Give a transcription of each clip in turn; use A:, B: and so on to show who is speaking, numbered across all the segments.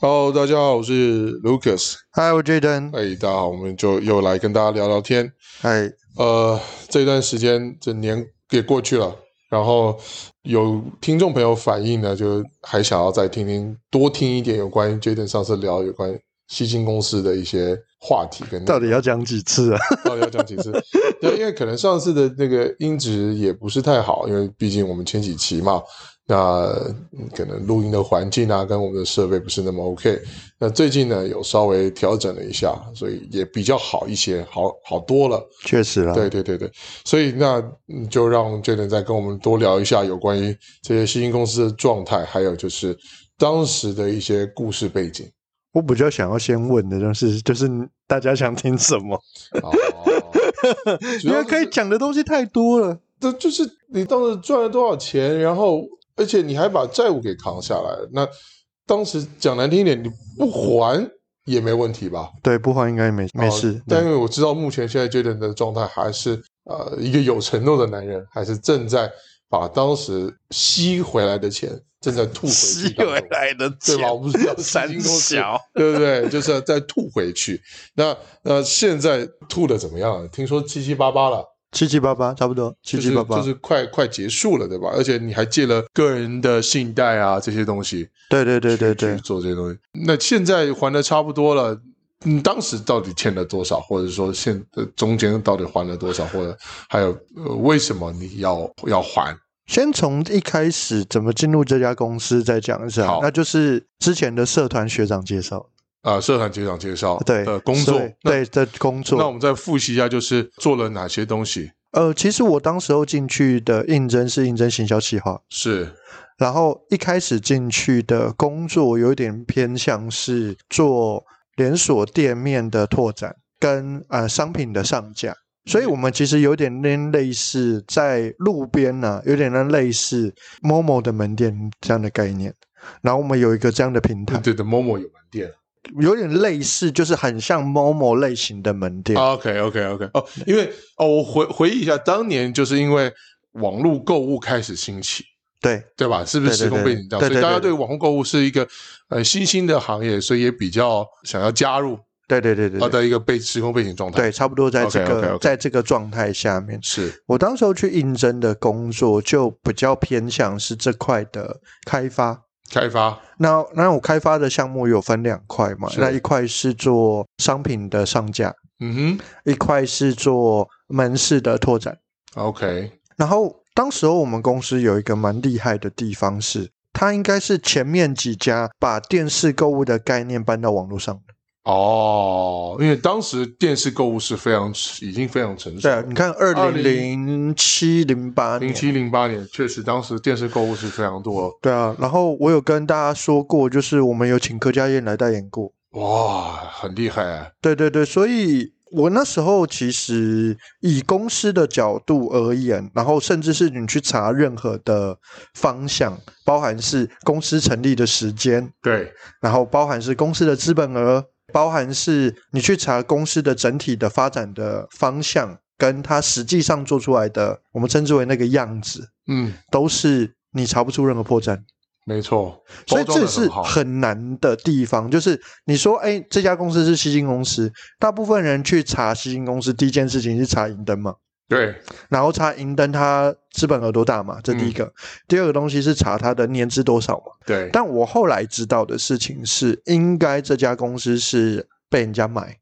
A: Hello，大家好，我是 Lucas。
B: 嗨，我 Jaden。
A: 哎，大家好，我们就又来跟大家聊聊天。
B: 嗨，
A: 呃，这段时间这年也过去了，然后有听众朋友反映呢，就还想要再听听多听一点有关于 Jaden 上次聊有关西金公司的一些话题跟内容
B: 到底要讲几 次啊？
A: 到底要讲几次？对，因为可能上次的那个音质也不是太好，因为毕竟我们前几期嘛，那嗯可能录音的环境啊，跟我们的设备不是那么 OK。那最近呢，有稍微调整了一下，所以也比较好一些，好好多了。
B: 确实啦，
A: 对对对对，所以那嗯就让 Jaden 再跟我们多聊一下有关于这些新兴公司的状态，还有就是当时的一些故事背景。
B: 我比较想要先问的就是，就是大家想听什么？
A: 哦，主
B: 因
A: 要就
B: 为
A: 是
B: 可以讲的东西太多了。
A: 这就是你当时赚了多少钱，然后而且你还把债务给扛下来了。那当时讲难听一点，你不还也没问题吧？
B: 对，不还应该也没没事嗯
A: 哦。但因
B: 对
A: 为我知道目前现在 Jaden 的状态还是呃一个有承诺的男人，还是正在把当时吸回来的钱正在吐回去
B: 吸
A: 当中
B: 回来的
A: 对
B: 钱
A: 吧？我们 是要
B: 三
A: 吸金公司
B: 小，
A: 对不对？就是要再吐回去。那那现在吐的怎么样了？听说七七八八了。
B: 七七八八，差不多七
A: 就是
B: 七八八
A: 就。是快快结束了，对吧？而且你还借了个人的信贷啊，这些东西，
B: 对对对对对
A: 去，做这些东西。那现在还的差不多了，你当时到底欠了多少，或者说现呃中间到底还了多少，或者还有、呃、为什么你要要还？
B: 先从一开始怎么进入这家公司再讲一下
A: 好，
B: 那就是之前的社团学长介绍，
A: 啊、社团局长介绍
B: 对
A: 的哦呃工作
B: 所以，
A: 那
B: 对的工作。
A: 那我们再复习一下，就是做了哪些东西？
B: 呃，其实我当时候进去的应征是应征行销企划，
A: 是
B: 然后一开始进去的工作有点偏向是做连锁店面的拓展跟呃商品的上架，所
A: 嗯
B: 以我们其实有点类似在路边呢、有点类似 Momo 的门店这样的概念。然后我们有一个这样的平台，
A: 嗯对的，Momo 有门店。
B: 有点类似，就是很像 Momo 类型的门店。
A: OK OK OK 哦，因为哦，我回回忆一下，当年就是因为网络购物开始兴起，
B: 对，
A: 对吧？是不是
B: 对对
A: 时空
B: 对
A: 背景这样？所
B: 对
A: 以
B: 对
A: 大家
B: 对
A: 对网红购物是一个呃新兴的行业，所以也比较想要加入
B: 对对对对
A: 啊
B: 对，
A: 的一个背时空背景状态。，
B: 对，差不多在这个
A: OK，OK，OK
B: 在这个状态下面。
A: 是
B: 我当时候去应征的工作就比较偏向是这块的开发。
A: 开发
B: 那那我开发的项目有分两块嘛，
A: 是
B: 那一块是做商品的上架，
A: 嗯
B: 一块是做门市的拓展。
A: 哼，OK，
B: 然后当时候我们公司有一个蛮厉害的地方是，它应该是前面几家把电视购物的概念搬到网络上的。
A: 哦，因为当时电视购物是非常已经非常成熟
B: 对，
A: 了。
B: 你看二零零七零八
A: 啊零
B: 年，
A: 七零八年确实，当时电视购物是非常多。
B: 对啊。然后我有跟大家说过，就是我们有请柯佳燕来代言过。
A: 哇，很厉害、啊
B: 对对对，所以我那时候其实以公司的角度而言，然后甚至是你去查任何的方向，包含是公司成立的时间，
A: 对，
B: 然后包含是公司的资本额，包含是你去查公司的整体的发展的方向，跟它实际上做出来的，我们称之为那个样子，
A: 嗯，
B: 都是你查不出任何破绽。
A: 没错，
B: 所以
A: 包装
B: 这
A: 得
B: 是
A: 好
B: 很难的地方，就是你说，哎，这家公司是吸金公司，大部分人去查吸金公司，第一件事情是查银灯嘛，
A: 对，
B: 然后查银灯它资本额多大嘛，这第一个。
A: 嗯
B: 第二个东西是查它的年资多少嘛。
A: 对，
B: 但我后来知道的事情是，应该这家公司是被人家买，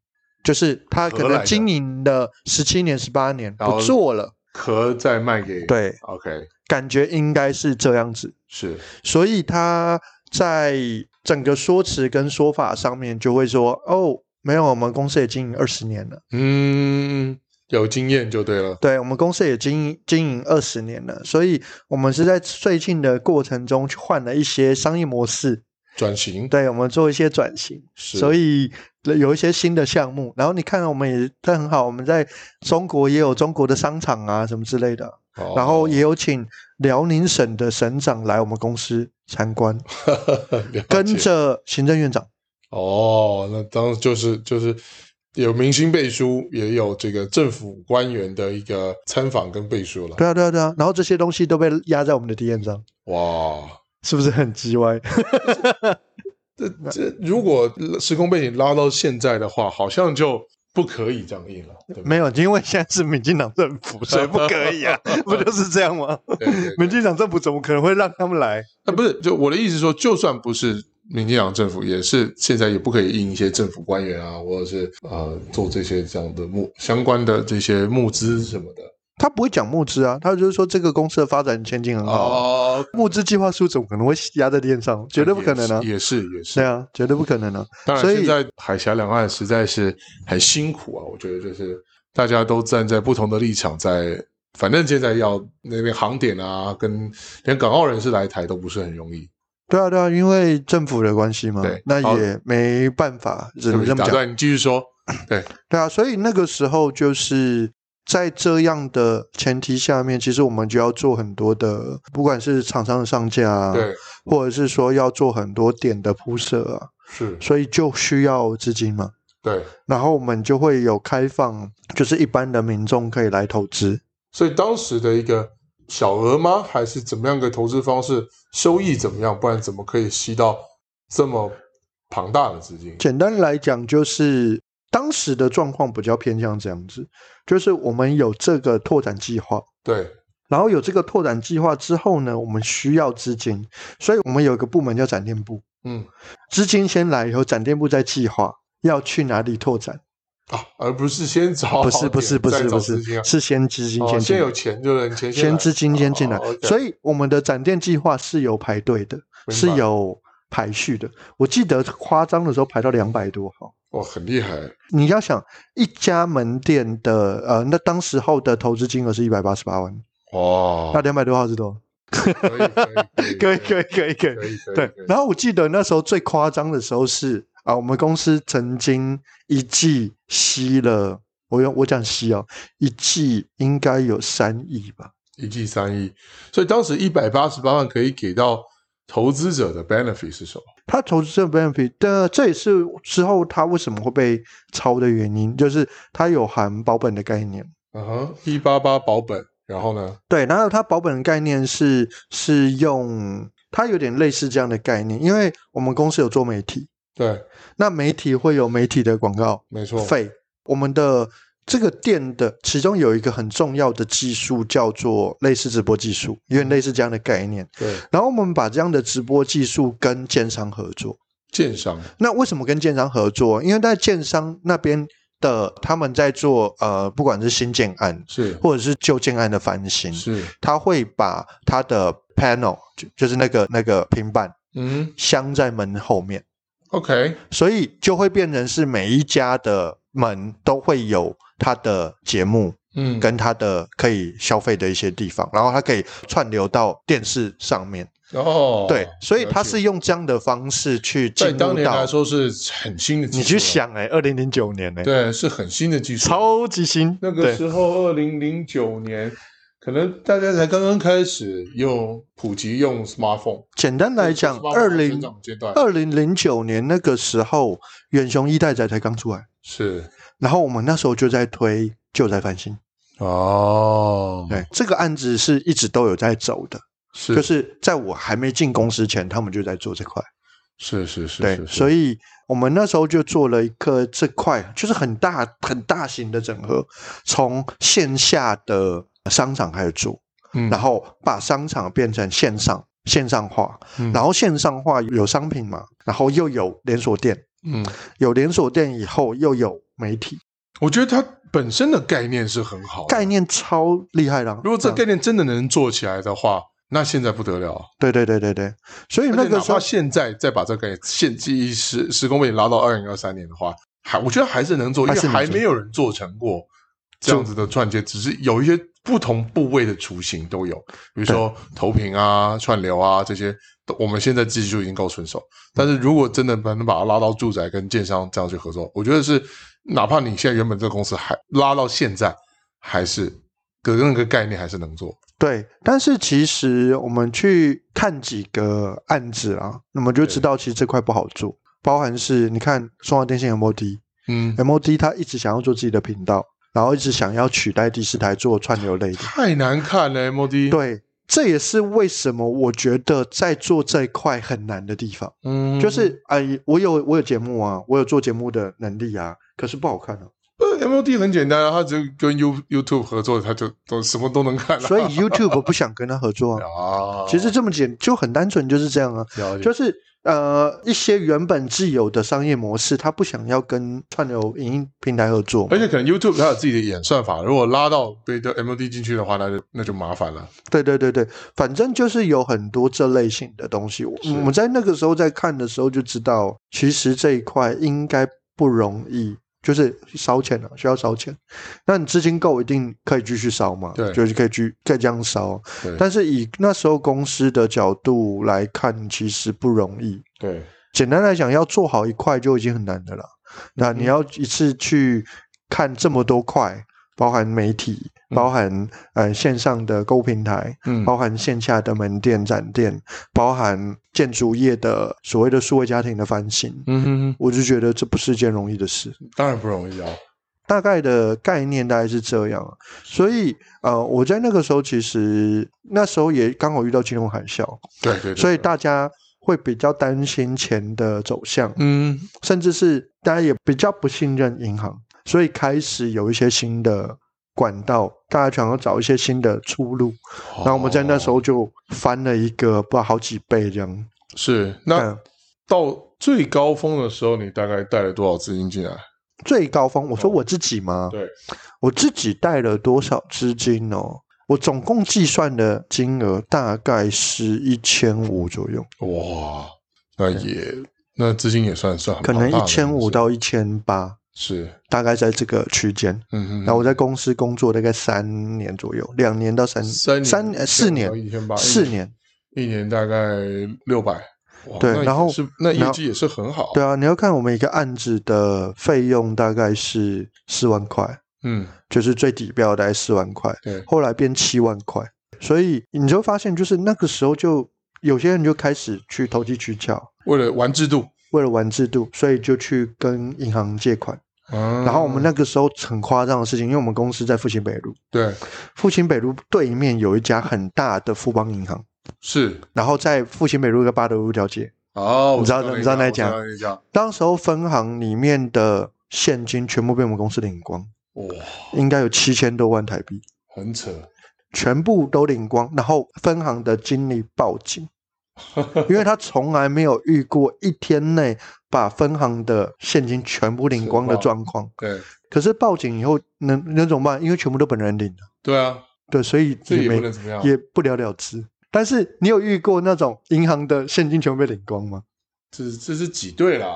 B: 就是他
A: 合
B: 可
A: 来
B: 能
A: 的
B: 经营了十七年、十八年
A: 然后
B: 不做了，
A: 壳再卖给
B: 对，
A: ，OK，
B: 感觉应该是这样子。
A: 是
B: 所以他在整个说辞跟说法上面就会说：“哦，没有，我们公司也经营二十年了，
A: 嗯，有经验就对了。
B: 对我们公司也经营经营二十年了，所以我们是在最近的过程中去换了一些商业模式，
A: 转型，
B: 对我们做一些转型，
A: 是
B: 所以有一些新的项目。然后你看，我们也它很好，我们在中国也有中国的商场啊什么之类的，
A: 哦
B: 然后也有请辽宁省的省长来我们公司参观，
A: 了解
B: 跟着行政院长。”
A: 哦，那当就是就是有明星背书，也有这个政府官员的一个参访跟背书了。
B: 对啊，对啊，对啊。然后这些东西都被压在我们的体验上，
A: 哇，
B: 是不是很鸡歪？
A: 这这如果时空背景拉到现在的话，好像就不可以这样印了，对不对？
B: 没有，因为现在是民进党政府，所以不可以啊，不就是这样吗？
A: 对对对
B: 民进党政府怎么可能会让他们来？
A: 那呃不是，就我的意思说，就算不是民进党政府，也是现在也不可以印一些政府官员啊，或者是呃做这些这样的募相关的这些募资什么的。
B: 他不会讲募资啊，他就是说这个公司的发展前景很好啊、
A: 哦，
B: 募资计划书怎么可能会压在脸上？绝对不可能啊！
A: 也是也是。
B: 对啊，绝对不可能啊！
A: 当然，
B: 所以
A: 现在海峡两岸实在是很辛苦啊，我觉得就是大家都站在不同的立场在，反正现在要那边航点啊，跟连港澳人士来台都不是很容易。
B: 对啊，对啊，因为政府的关系嘛
A: 对，
B: 那
A: 好
B: 也没办法，只
A: 对不起
B: 能这么
A: 打
B: 讲。
A: 断你继续说。对，
B: 对啊，所以那个时候就是在这样的前提下面，其实我们就要做很多的，不管是厂商的上架啊，
A: 对，
B: 或者是说要做很多点的铺设啊，
A: 是，
B: 所以就需要资金嘛。
A: 对。
B: 然后我们就会有开放，就是一般的民众可以来投资。
A: 所以当时的一个小额吗？还是怎么样个投资方式？收益怎么样？不然怎么可以吸到这么庞大的资金？
B: 简单来讲，就是当时的状况比较偏向这样子，就是我们有这个拓展计划，
A: 对，
B: 然后有这个拓展计划之后呢，我们需要资金，所以我们有一个部门叫展店部，
A: 嗯
B: 资金先来以后，展店部再计划要去哪里拓展。
A: 啊，而不是先找
B: 不是不是不
A: 再
B: 是
A: 哦找
B: 不
A: 资金
B: 是
A: 啊，
B: 是先资金
A: 哦
B: 先进
A: 先
B: 来
A: 有钱哦就能钱
B: 先资金先进来，所
A: 以
B: 以我们的展店计划是有排队的，
A: 白
B: 是有排序的。我记得夸张的时候排到两百多号。
A: 哇，很厉害，
B: 你要想一家门店的呃，那当时候的投资金额是一百八十八万，
A: 哦
B: 那
A: 哇，
B: 两百多号是多少？
A: 可 以
B: 可
A: 可
B: 以
A: 以
B: 可以
A: 以
B: 可以可以
A: 可。以可以
B: 对
A: 可以，
B: 然后我记得那时候最夸张的时候是啊，我们公司曾经一季吸了，我用我讲吸哦，一季应该有三亿吧。
A: 一季三亿，所以当时一百八十八万可以给到投资者的 benefit 是什么？
B: 他投资这 benefit，但这也是之后他为什么会被抄的原因，就是他有含保本的概念。
A: 嗯哼，一八八保本，然后呢？
B: 对，然后它保本的概念是是用它有点类似这样的概念，因为我们公司有做媒体，
A: 对，
B: 那媒体会有媒体的广告
A: 没错，
B: 费。我们的这个店的其中有一个很重要的技术叫做类似直播技术，有点类似这样的概念。
A: 对，
B: 然后我们把这样的直播技术跟建商合作。
A: 建商
B: 那为什么跟建商合作？因为在建商那边的他们在做呃，不管是新建案
A: 是
B: 或者是旧建案的翻新，
A: 是，
B: 他会把他的 panel 就就是那个那个平板
A: 嗯
B: 镶在门后面，
A: ，OK，
B: 所以就会变成是每一家的门都会有它的节目
A: 嗯，
B: 跟它的可以消费的一些地方，然后它可以串流到电视上面。
A: 哦，
B: 对，所以它
A: 了解
B: 是用这样的方式去进
A: 在当
B: 入
A: 年来
B: 到。
A: 说是很新的技术，
B: 你去，想哎、2二零零九年哎、
A: 对，是很新的技术，
B: 超级新，
A: 那个
B: 对
A: 时候二零零九年。可能大家才刚刚开始用普及用 smartphone，
B: 简单来讲，
A: 就是 smartphone
B: 二
A: 成
B: 零
A: 长阶段
B: 二零零九年那个时候，远雄一代仔才刚出来。
A: 是
B: 然后我们那时候就在推旧宅翻新，
A: 哦，
B: 对，这个案子是一直都有在走的，
A: 是
B: 就是在我还没进公司前，他们就在做这块，
A: 是是是，
B: 对，所
A: 以
B: 以我们那时候就做了一个这块，就是很大很大型的整合，从线下的商场开始做，
A: 嗯
B: 然后把商场变成线上线上化，
A: 嗯
B: 然后线上化有商品嘛，然后又有连锁店，
A: 嗯，
B: 有连锁店以后又有媒体，
A: 我觉得它本身的概念是很好的，
B: 概念超厉害的啊。
A: 如果这
B: 嗯
A: 概念真的能做起来的话，那现在不得了啊。
B: 对对对对对，所以
A: 而
B: 那
A: 且
B: 个
A: 哪
B: 时候
A: 怕现在再把这个现记时时空背景拉到二零二三年的话，还我觉得还是能做，因
B: 还
A: 为
B: 是能
A: 还
B: 做
A: 没有人做成过这样子的串接，只是有一些不同部位的雏形都有，比如说投屏啊、串流啊这些，都我们现在技术已经够纯熟。但是如果真的能把它拉到住宅跟建商这样去合作，我觉得是哪怕你现在原本这个公司还拉到现在，还是个那个概念还是能做。
B: 对，但是其实我们去看几个案子啊，那么就知道其实这块不好做，包含是你看中华电信 MOD，MOD
A: 嗯，
B: 它一直想要做自己的频道，然后一直想要取代第四台做串流类的，
A: 太难看了，MOD。
B: 对，这也是为什么我觉得在做这一块很难的地方，
A: 嗯，
B: 就是哎、我有我有节目啊，我有做节目的能力啊，可是不 好看啊。
A: 呃 MOD 很简单啊，他只跟 You YouTube 合作，他就都什么都能看了、
B: 所以 YouTube 不想跟他合作啊。
A: 啊，
B: 其实这么简就很单纯，就是这样啊，
A: 了解
B: 就是呃一些原本自有的商业模式，他不想要跟串流影音平台合作嘛，
A: 而且可能 YouTube 它有自己的演算法，如果拉到别的 MOD 进去的话，那就那就麻烦了。
B: 对对对对，反正就是有很多这类型的东西。我
A: 是
B: 我们在那个时候在看的时候就知道，其实这一块应该不容易，就是烧钱啊，需要烧钱。那你资金够，一定可以继续烧嘛，
A: 对
B: 就是可以去可以这样烧
A: 对。
B: 但是以那时候公司的角度来看，其实不容易。
A: 对，
B: 简单来讲，要做好一块就已经很难的了。
A: 嗯
B: 那你要一次去看这么多块，包含媒体，
A: 嗯
B: 包含呃线上的购物平台，
A: 嗯，
B: 包含线下的门店展店，包含建筑业的所谓的数位家庭的翻新，
A: 嗯哼
B: 我就觉得这不是件容易的事。
A: 哼，当然不容易啊。
B: 大概的概念大概是这样啊，所以呃，我在那个时候其实那时候也刚好遇到金融海啸，
A: 对对对，
B: 所以
A: 对
B: 大家会比较担心钱的走向，
A: 嗯
B: 甚至是大家也比较不信任银行，所以开始有一些新的管道，大家想要找一些新的出路。
A: 哦
B: 然后我们在那时候就翻了一个不知道好几倍这样。
A: 是那、
B: 嗯
A: 到最高峰的时候，你大概带了多少资金进来？
B: 最高峰，我说我自己吗？
A: 对，
B: 我自己带了多少资金哦？我总共计算的金额大概是一千五左右，
A: 哇，那也那资金也算算很
B: 可能
A: 庞大
B: 一
A: 的
B: 千五
A: 是
B: 到一千八，
A: 是，
B: 大概在这个区间。
A: 嗯哼，
B: 然后我在公司工作大概三年左右，两年到三
A: 三
B: 三呃四年
A: 一千八
B: 四年，
A: 一年大概六百。哇
B: 对
A: 那也
B: 然后
A: 是那
B: 然
A: 业
B: 后
A: 绩也是很好，
B: 对啊，你要看我们一个案子的费用大概是四万块，
A: 嗯，
B: 就是最底标大概四万块，
A: 对，
B: 后来变七万块，所以你就会发现，就是那个时候就有些人就开始去投机取巧，
A: 为了玩制度，
B: 为了玩制度，所以就去跟银行借款。
A: 嗯，
B: 然后我们那个时候很夸张的事情，因为我们公司在复兴北路，
A: 对
B: 复兴北路对面有一家很大的富邦银行，
A: 是
B: 然后在复兴北路跟八德路交界，
A: 哦，我
B: 你知道你知道
A: 那
B: 那
A: 一家
B: 家
A: 我知道
B: 当时候分行里面的现金全部被我们公司领光，
A: 那一家，哇，
B: 应该有七千多万台币。
A: 很扯，
B: 全部都领光，然后分行的经理报 警，因为他从来没有遇过一天内把分行的现金全部领光的状况。
A: 对
B: 可是报警以后能能怎么办？因为全部都本人领的，
A: 对啊，
B: 对，所以
A: 这
B: 也
A: 也
B: 没
A: 不能啊怎么样，
B: 也不了了之。但是你有遇过那种银行的现金全部被领光吗？
A: 这这是几对啦，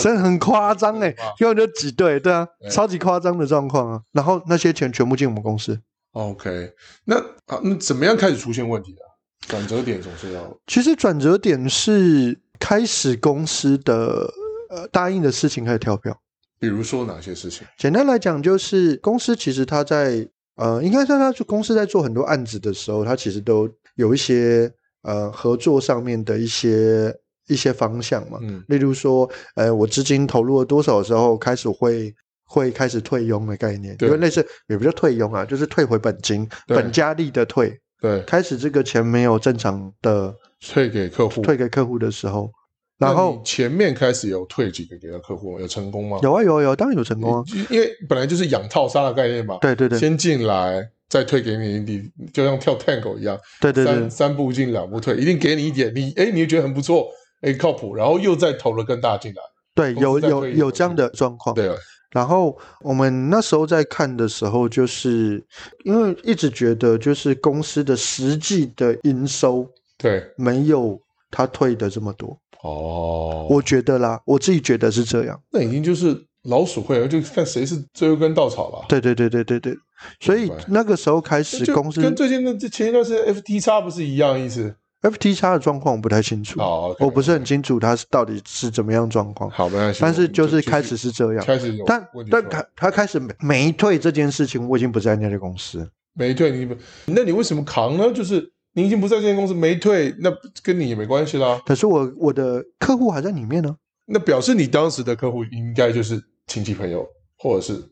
B: 真的很夸张哎、
A: 很夸张
B: 因为就挤兑，对啊
A: 对，
B: 超级夸张的状况啊。然后那些钱全部进我们公司，
A: OK，那啊，那怎么样开始出现问题的、转折点总是要
B: 其实转折点是开始公司的呃答应的事情开始跳票。
A: 比如说哪些事情？
B: 简单来讲，就是公司其实它在呃，应该说它就公司在做很多案子的时候，它其实都有一些呃合作上面的一些一些方向嘛。
A: 嗯，
B: 例如说，呃，我资金投入了多少的时候，开始会会开始退佣的概念，
A: 对
B: 因为类似也不叫退佣啊，就是退回本金、
A: 对
B: 本加利的退，
A: 对，
B: 开始这个钱没有正常的
A: 退给客户，
B: 退给客户的时候，
A: 嗯那
B: 然后
A: 你哦前面开始有退几个给到客户，有成功吗？
B: 有啊有啊有啊，当然有成功啊。
A: 你，因为本来就是养套杀的概念嘛，
B: 对对对
A: 先进来再退给你，你就像跳探狗一样，
B: 对对对
A: 三，三步进两步退，一定给你一点，你哎，你就觉得很不错，哎，靠谱，然后又再投了更大进来，
B: 对
A: 公
B: 有
A: 司在
B: 有
A: 推
B: 有这样的状况。
A: 对了，
B: 然后我们那时候在看的时候，就是因为一直觉得就是公司的实际的营收
A: 对，
B: 没有他退的这么多，
A: 哦，
B: 我觉得啦，我自己觉得是这样。
A: 那已经就是老鼠会了，就看谁是最后一根稻草了。
B: 对对对对对对，所以
A: 明白
B: 那个时候开始
A: 就
B: 公司
A: 跟最近的前一段是 FT 叉不是一样意思？
B: FT 差的状况我不太清楚，
A: 好，OK，
B: 嗯我不是很清楚它是到底是怎么样状况，
A: 好，没关系。
B: 但
A: 我
B: 是
A: 们
B: 就是
A: 继续
B: 开始是这样。
A: 开始有
B: 但
A: 问题出来，
B: 但他他开始没没退这件事情，我已经不在那家公司。
A: 没退你不，那你为什么扛呢？就是你已经不在这间公司没退，那跟你也没关系啦。
B: 可是我我的客户还在里面呢。
A: 那表示你当时的客户应该就是亲戚朋友，或者是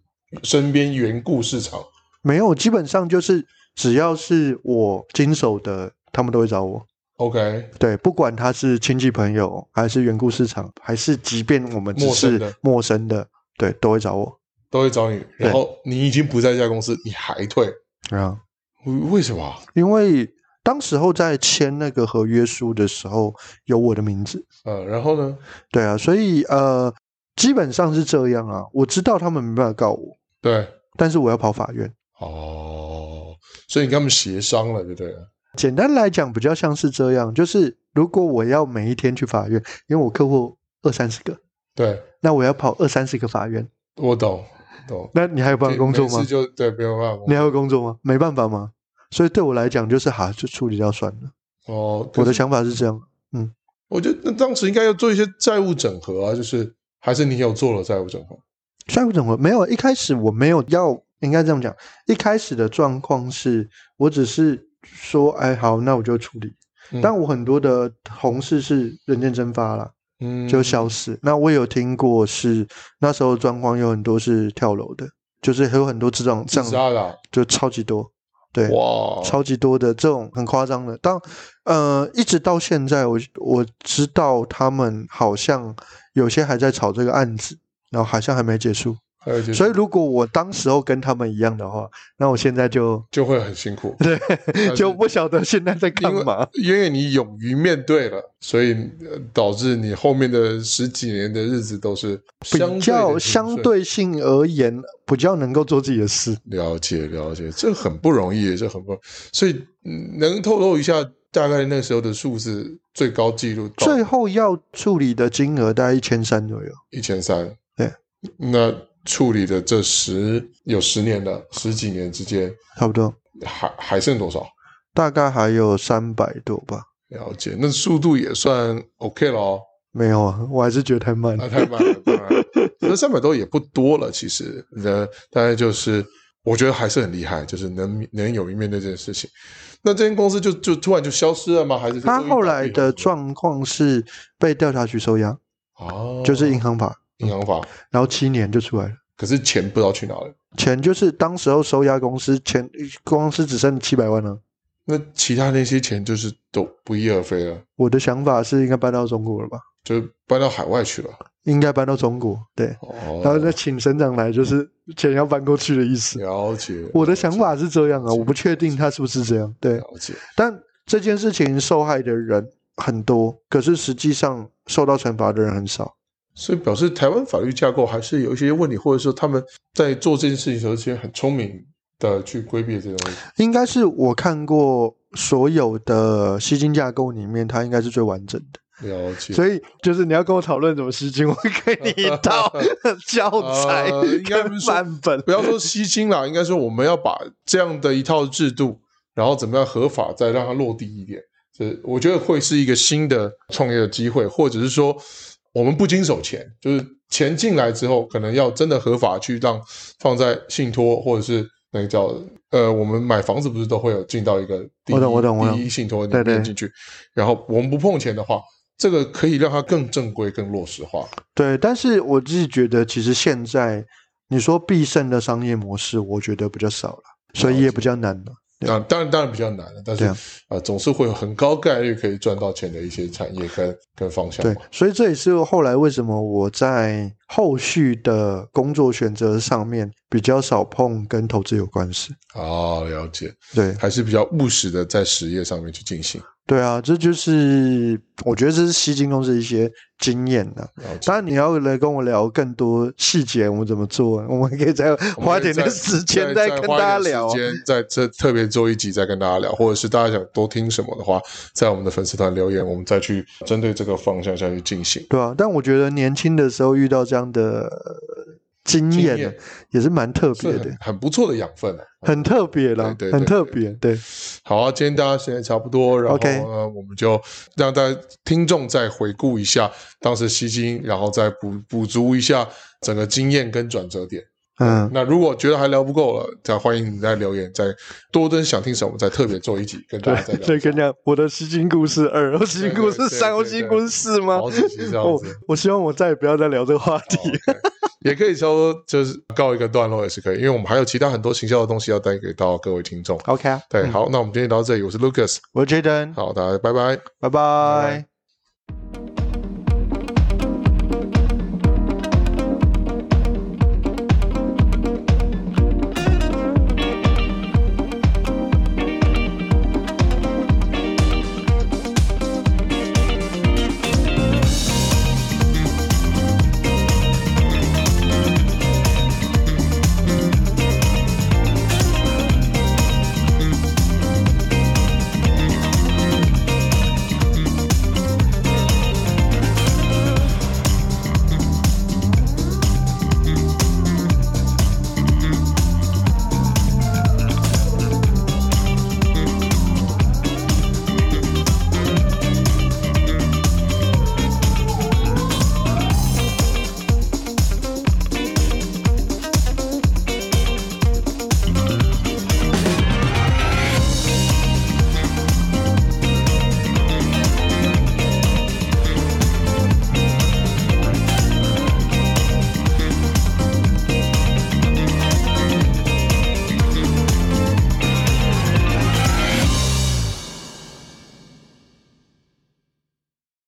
A: 身边缘故市场。
B: 没有，基本上就是只要是我经手的，他们都会找我。
A: OK，
B: 对，不管他是亲戚朋友，还是缘故市场，还是即便我们只
A: 陌生
B: 是
A: 的
B: 陌生的，对，都会找我。
A: 都会找你，
B: 对
A: 然后你已经不在这家公司，你还退，
B: 啊，
A: 为为什么啊
B: 因为当时候在签那个合约书的时候有我的名字，
A: 呃，然后呢？
B: 对啊，所以呃，基本上是这样啊。我知道他们没办法告我，
A: 对，
B: 但是我要跑法院。
A: 哦，所以你跟他们协商了，对不对了？
B: 简单来讲，比较像是这样，就是如果我要每一天去法院，因为我客户二三十个，
A: 对，
B: 那我要跑二三十个法院，
A: 我懂，懂。
B: 那你还有办法工作
A: 没事
B: 吗？
A: 就对，没有办法工
B: 你
A: 作。
B: 还有工作吗？没办法吗？所以对我来讲，就是哈、就处理掉算了。
A: 哦，
B: 我
A: 可
B: 的
A: 是
B: 想法是这样，
A: 我觉得那当时应该要做一些债务整合啊，就是还是你有做了债务整合。
B: 下一个怎么没有？一开始我没有要，应该这样讲，一开始的状况是我只是说，哎，好，那我就处理。
A: 嗯
B: 但我很多的同事是人间蒸发了，
A: 嗯，
B: 就消失。那我有听过是那时候状况有很多是跳楼的，就是还有很多这种这
A: 自
B: 样
A: 杀的啊、
B: 就超级多，对，
A: 哇，
B: 超级多的这种很夸张的。当呃，一直到现在我，我知道他们好像有些还在吵这个案子，然后好像还没结束。
A: 还有就是
B: 所以如果我当时候跟他们一样的话，那我现在就，
A: 就会很辛苦
B: 对
A: 是
B: 就不晓得现在在干嘛。
A: 因为你勇于面对了，所以呃导致你后面的十几年的日子都是相
B: 比
A: 对
B: 较
A: 的
B: 相
A: 平顺
B: 对性而言，比较能够做自己的事。
A: 了解了解，这很不容易，这很不容易，所以嗯能透露一下大概那时候的数字最高纪录到
B: 最后要处理的金额大概一千三左右，
A: 一千三，
B: 对，
A: 那处理的这十有十年了，十几年之间
B: 差不多，
A: 还还剩多少？
B: 大概还有三百多吧。
A: 了解，那速度也算 OK 了哦。
B: 没有啊，我还是觉得太慢了。
A: 啊，太慢了，当然，那三百多也不多了，其实，呃，当然就是我觉得还是很厉害，就是能能勇于面对这件事情。那这间公司就就突然就消失了吗？还是
B: 他后来的
A: 状
B: 状况是被调查局收押，
A: 哦，
B: 就是银行法，
A: 银行法，
B: 然后七年就出来了。
A: 可是钱不知道去哪了。
B: 钱就是当时候收押公司钱，公司只剩七百万了。
A: 那其他那些钱就是都不翼而飞了，
B: 我的想法是应该搬到中国了吧？
A: 就搬到海外去了。
B: 应该搬到中国，对。
A: 哦，嗯
B: 然后再请省长来，就是钱要搬过去的意思。
A: 了解。
B: 我的想法是这样啊，我不确定他是不是这样，对。
A: 了解，
B: 但这件事情受害的人很多，可是实际上受到惩罚的人很少。
A: 所以表示台湾法律架构还是有一些问题，或者说他们在做这件事情的时候，其实很聪明的去规避这种问题。
B: 应该是我看过所有的吸金架构里面，它应该是最完整的。
A: 了解，
B: 所以就是你要跟我讨论怎么吸金，我给你一 套教材
A: 呃应该不
B: 跟
A: 是说
B: 范本。
A: 不要说吸金啦，应该说我们要把这样的一套制度，然后怎么样合法，再让它落地一点。这我觉得会是一个新的创业的机会，或者是说我们不经手钱，就是钱进来之后，可能要真的合法去让放在信托或者是。那个叫呃，我们买房子不是都会有进到一个第一
B: 我懂我懂我懂
A: 第一信托里
B: 对对
A: 面进去，然后我们不碰钱的话，这个可以让它更正规、更落实化。
B: 对，但是我自己觉得，其实现在你说必胜的商业模式，我觉得比较少了，所以也比较难了。
A: 啊，当然当然比较难了，但是
B: 对啊
A: 呃，总是会有很高概率可以赚到钱的一些产业跟跟方向
B: 对
A: 嘛。，
B: 所以这也是后来为什么我在后续的工作选择上面比较少碰跟投资有关系。
A: 哦，了解，
B: 对，
A: 还是比较务实的在实业上面去进行。
B: 对啊，这就是我觉得这是吸金公司的一些经验呢、
A: 了解
B: 当然，你要来跟我聊更多细节，我们怎么做， 我们可以再
A: 我们
B: 花
A: 可以
B: 点的
A: 再
B: 时间
A: 再
B: 跟
A: 花
B: 大
A: 一
B: 家
A: 点
B: 聊啊
A: 时。 间在这特别做一集再跟大家聊，或者是大家想多听什么的话，在我们的粉丝团留言，我们再去针对这个方向下去进行。
B: 对啊，但我觉得年轻的时候遇到这样的呃经
A: 经
B: 验
A: 验
B: 也是蛮特
A: 是
B: 别
A: 很
B: 的，
A: 很不错的养分啊。
B: 很特别啦，
A: 对对对
B: 很特别。对，
A: 好啊，今天大家时间差不多，然后
B: OK
A: 呢，我们就让大家听众再回顾一下当时吸金，然后再补补足一下整个经验跟转折点。
B: 嗯，
A: 那如果觉得还聊不够了，再欢迎你再留言，再多跟想听什么，再特别做一集跟大家再
B: 对，
A: 聊。
B: 所以跟你讲，我的吸金故事二，我吸金故
A: 对
B: 事
A: 对
B: 三，
A: 对
B: 我
A: 对
B: 吸金
A: 对
B: 故事四吗？ 哦
A: 好几集这样
B: 我
A: 子。
B: 我希望我再也不要再聊这个话题。
A: 好，OK 也可以说就是告一个段落也是可以，因为我们还有其他很多行销的东西要带给到各位听众。
B: OK 啊，
A: 对，
B: 嗯，
A: 好，那我们今天聊到这里，我是 Lucas，
B: 我是 Jaden，
A: 好，大家拜拜。
B: 拜拜。